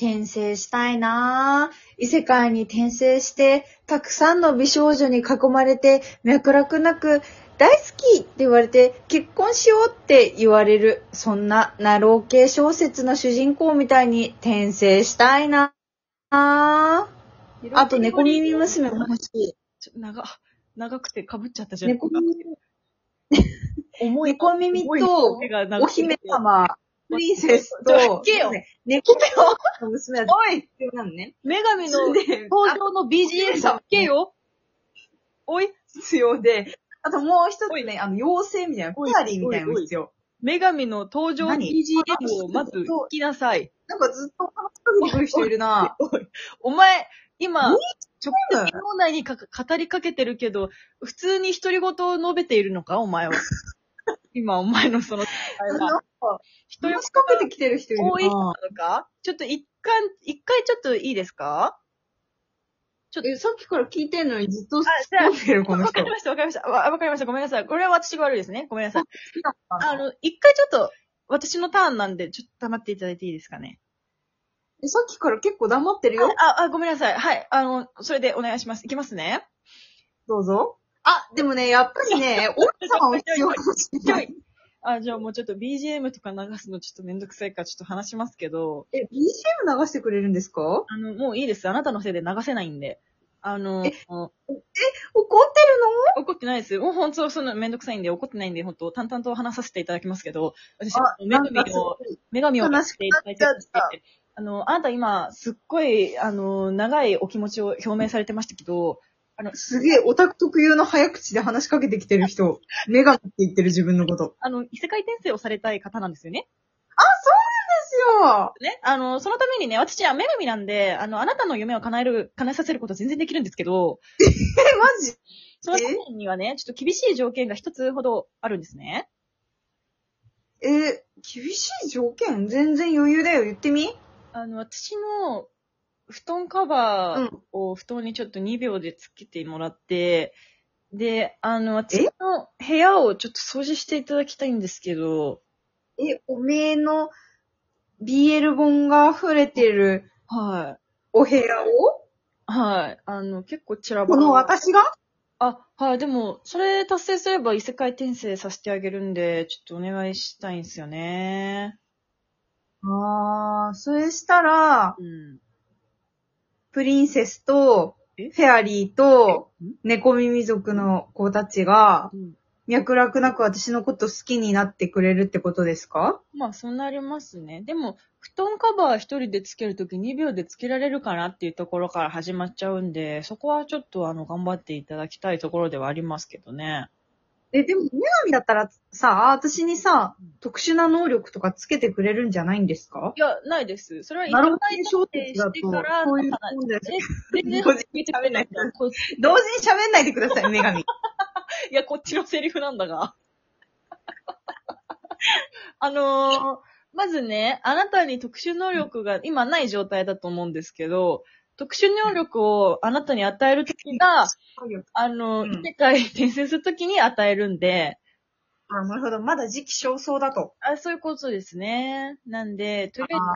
転生したいなぁ。異世界に転生して、たくさんの美少女に囲まれて、脈絡なく、大好きって言われて、結婚しようって言われる。そんな、ナロー系小説の主人公みたいに転生したいなぁ。あと、猫耳娘も欲しい。ちょ長、長くて被っちゃったじゃん。猫耳、重い猫耳と、手が長おくて姫。様、プリンセスちとょっと聞けよ、猫目の娘はおい必要なのね。女神ので、登場の BGM あだけよおい必要で、あともう一つね、あの、妖精みたいな、おフいタリーみたいなのも必要。女神の登場何 BGM をまず聞きなさい。なんかずっと話しかけてくる人いるなお前、今、直何接脳内にかか語りかけてるけど、普通に独り言を述べているのかお 前は。今、お前のその、ぁ。なんはか独り話しかけてきてる人いる言多い人ななのかちょっと一回、一回ちょっといいですかえさっきから聞いてんのにずっと突っあ込んでる、このわか人り。ました、わかりました。わわかりました。ごめんなさい。これは私が悪いですね。ごめんなさい。ああのの、一回ちょっと、私のターンなんで、ちょっと黙っていただいていいですかね。えさっきから結構黙ってるよ。あ、あ、ごめんなさい。はい。あの、それでお願いします。いきますね。どうぞ。あ、でもね、やっぱり ね、奥様は必要かもしれない。あ、じゃあもうちょっと BGM とか流すのちょっとめんどくさいからちょっと話しますけど、え、BGM 流してくれるんですかあの、もういいです。あなたのせいで流せないんで。あの、えも怒ってるのう怒ってないです。もう本当そんなめんどくさいんで怒ってないんで、本当淡々と話させていただきますけど、私、あ女なんか神すをごい女神を悲出ししくていなたっだいちてゃったあの、あなた今、すっごい、あの、長いお気持ちを表明されてましたけど、すげえ、オタク特有の早口で話しかけてきてる人。女神って言ってる自分のこと。あの、異世界転生をされたい方なんですよね。ですよね。あの、そのためにね、私は女神なんで、あの、あなたの夢を叶える、叶えさせることは全然できるんですけど、え、マジそのためにはね、ちょっと厳しい条件が一つほどあるんですね。え、厳しい条件全然余裕だよ。言ってみあの、私の、布団カバーを布団にちょっと2秒でつけてもらって、で、あの、私の部屋をちょっと掃除していただきたいんですけど、え、おめえの BL 本が溢れてるはい。お部屋をはい。あの、結構散らばこらの私があ、はい。でも、それ達成すれば異世界転生させてあげるんで、ちょっとお願いしたいんですよね。あー、それしたら、うん。プリンセスと、えフェアリーとえん、猫耳族の子たちが、うん、脈絡なく私のこと好きになってくれるってことですかまあ、そうなりますね。でも、布団カバー一人でつけるとき2秒でつけられるかなっていうところから始まっちゃうんで、そこはちょっとあの、頑張っていただきたいところではありますけどね。え、でも、女神だったらさ、私にさうん、特殊な能力とかつけてくれるんじゃないんですかいや、ないです。それは異世なるほど界。小転説生だしてかとら、、そういうだからもんです。全然個人的に喋んないからこ同時に喋んないでください、女神。いや、こっちのセリフなんだが。 あのーまずね、あなたに特殊能力が今ない状態だと思うんですけど、特殊能力をあなたに与えるときが、あのうー、ん世界転生するときに与えるんで、あ、なるほど。まだ時期尚早だと。あそういうことですね。なんで、とりあえず、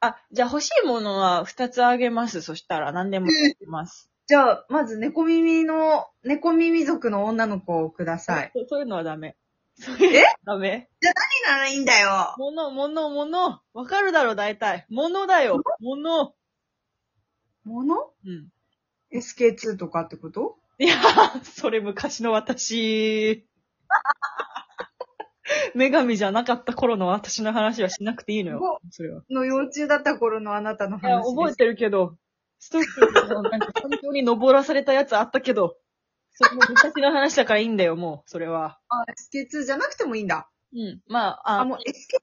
あーあ、じゃあ欲しいものは2つあげます。そしたら何でもあげます。じゃあ、まず猫耳の、猫耳族の女の子をください。そうそういうのはダメ。そういうのは ダメ。何ならいいんだよ。物、物、物。わかるだろ、大体。物だよ。物。ものうん。 ?SK2 とかってこといや、それ昔の私。 女神じゃなかった頃の私の話はしなくていいのすごよ。それは。の幼虫だった頃のあなたのい話や、です。覚えてるけど、ストックのなんか環境に登らされたやつあったけど、それも昔の話だからいいんだよ、もう、それは。あ、SK2 じゃなくてもいいんだ。うん。まあ、あ、あ、もう SK2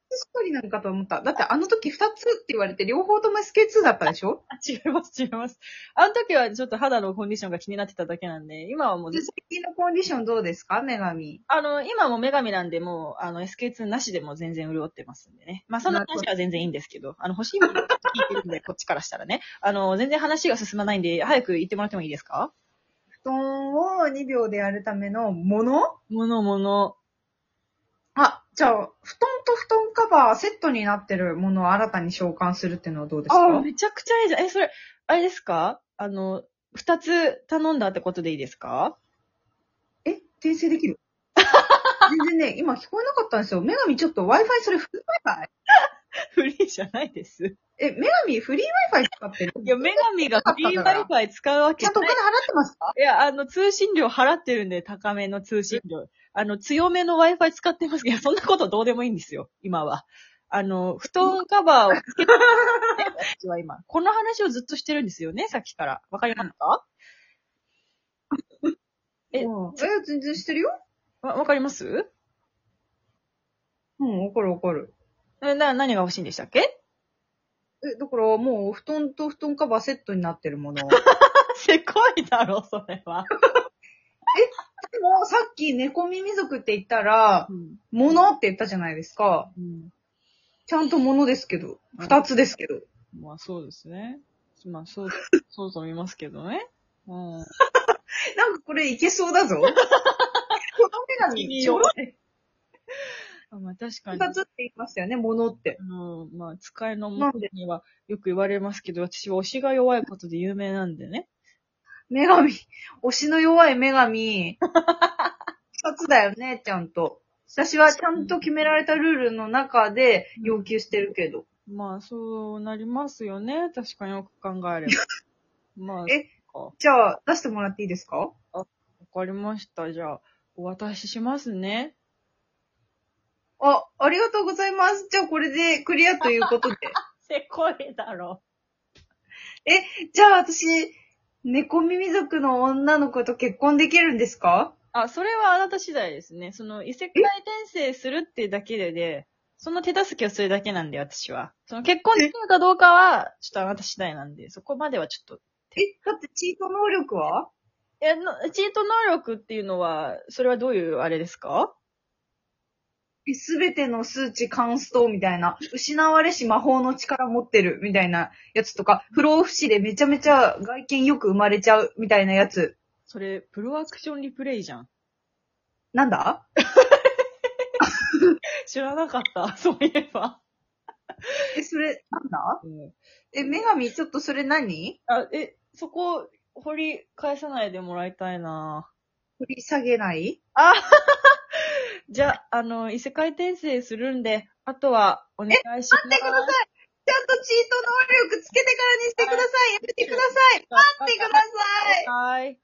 ストーリーなのかと思った。だってあの時2つって言われて両方とも SK2 だったでしょ違います、違います。あの時はちょっと肌のコンディションが気になってただけなんで、今はもう、で、最近のコンディションどうですか女神。あの、今も女神なんで、もう、あの、SK2 なしでも全然潤ってますんでね。まあ、そんな話は全然いいんですけど、あの、欲しいものを聞いてるんで、こっちからしたらね。あの、全然話が進まないんで、早く行ってもらってもいいですか布団を2秒でやるためのものものもの。あ、じゃあ、布団と布団カバーセットになってるものを新たに召喚するっていうのはどうですあかあ、めちゃくちゃいいじゃん。え、それ、あれですかあの、二つ頼んだってことでいいですかえ、転生できる全然ね、今聞こえなかったんですよ。女神ちょっと Wi-Fi それフリー Wi-Fi? フリーじゃないです。いえ、女神フリー Wi-Fi 使ってるや、女神がフリー Wi-Fi 使うわちけゃなんとおい。金払ってますかいや、あの、通信料払ってるんで、高めの通信料。あの、強めの Wi-Fi 使ってますけど、いやそんなことどうでもいいんですよ、今は。あの、布団カバーをつけて、私は 今。この話をずっとしてるんですよね、さっきから。わかりますかえうんえ、全然してるよわ、わかりますうん、わかるわかる。えな、何が欲しいんでしたっけ え、だからもう、布団と布団カバーセットになってるも の。せこいだろ、それは。でも、さっき猫耳族って言ったら、物って言ったじゃないですか。うん。ちゃんと物ですけど。二つですけど。まあ、そうですね。まあ、 そう、そうと見ますけどね。うん。なんかこれいけそう だぞ。この女神、ちょろいまあ、確かに。二つって言いましたよね、物って。うん、まあ、使いのなもんでにはよく言われますけど、私は推しが弱いことで有名なんでね。女神、推しの弱い女 神。二つだよね、ちゃんと。私はちゃんと決められたルールの中で要求してるけど。まあ、そうなりますよね。確かによく考えれ ば。まあ、えそっかじゃあ、出してもらっていいですかわかりました。じゃあ、お渡ししますね。あ、ありがとうございます。じゃあこれでクリアという ことで。 せこいだろ。じゃあ私、猫耳族の女の子と結婚できるんですかあ、それはあなた次第ですね。その、異世界転生するってだけでで、その手助けをするだけなんで、私は。その結婚できるかどうかは、ちょっとあなた次第なんで、そこまではちょっとえ、だってチート能力はえ、のチート能力っていうのは、それはどういうあれですかすべての数値関数等みたいな、失われし魔法の力持ってるみたいなやつとか、不老不死でめちゃめちゃ外見よく生まれちゃうみたいなやつ。それ、プロアクションリプレイじゃん。なんだ知らなかった、 そういえば。え、それ、なんだえ、女神、ちょっとそれ何あ、え、そこ、掘り返さないでもらいたいな掘り下げないじゃあ、あの、異世界転生するんで、あとは、お願いします。待ってくださいちゃんとチート能力つけてからにしてくださいやめてください待ってくださいはい。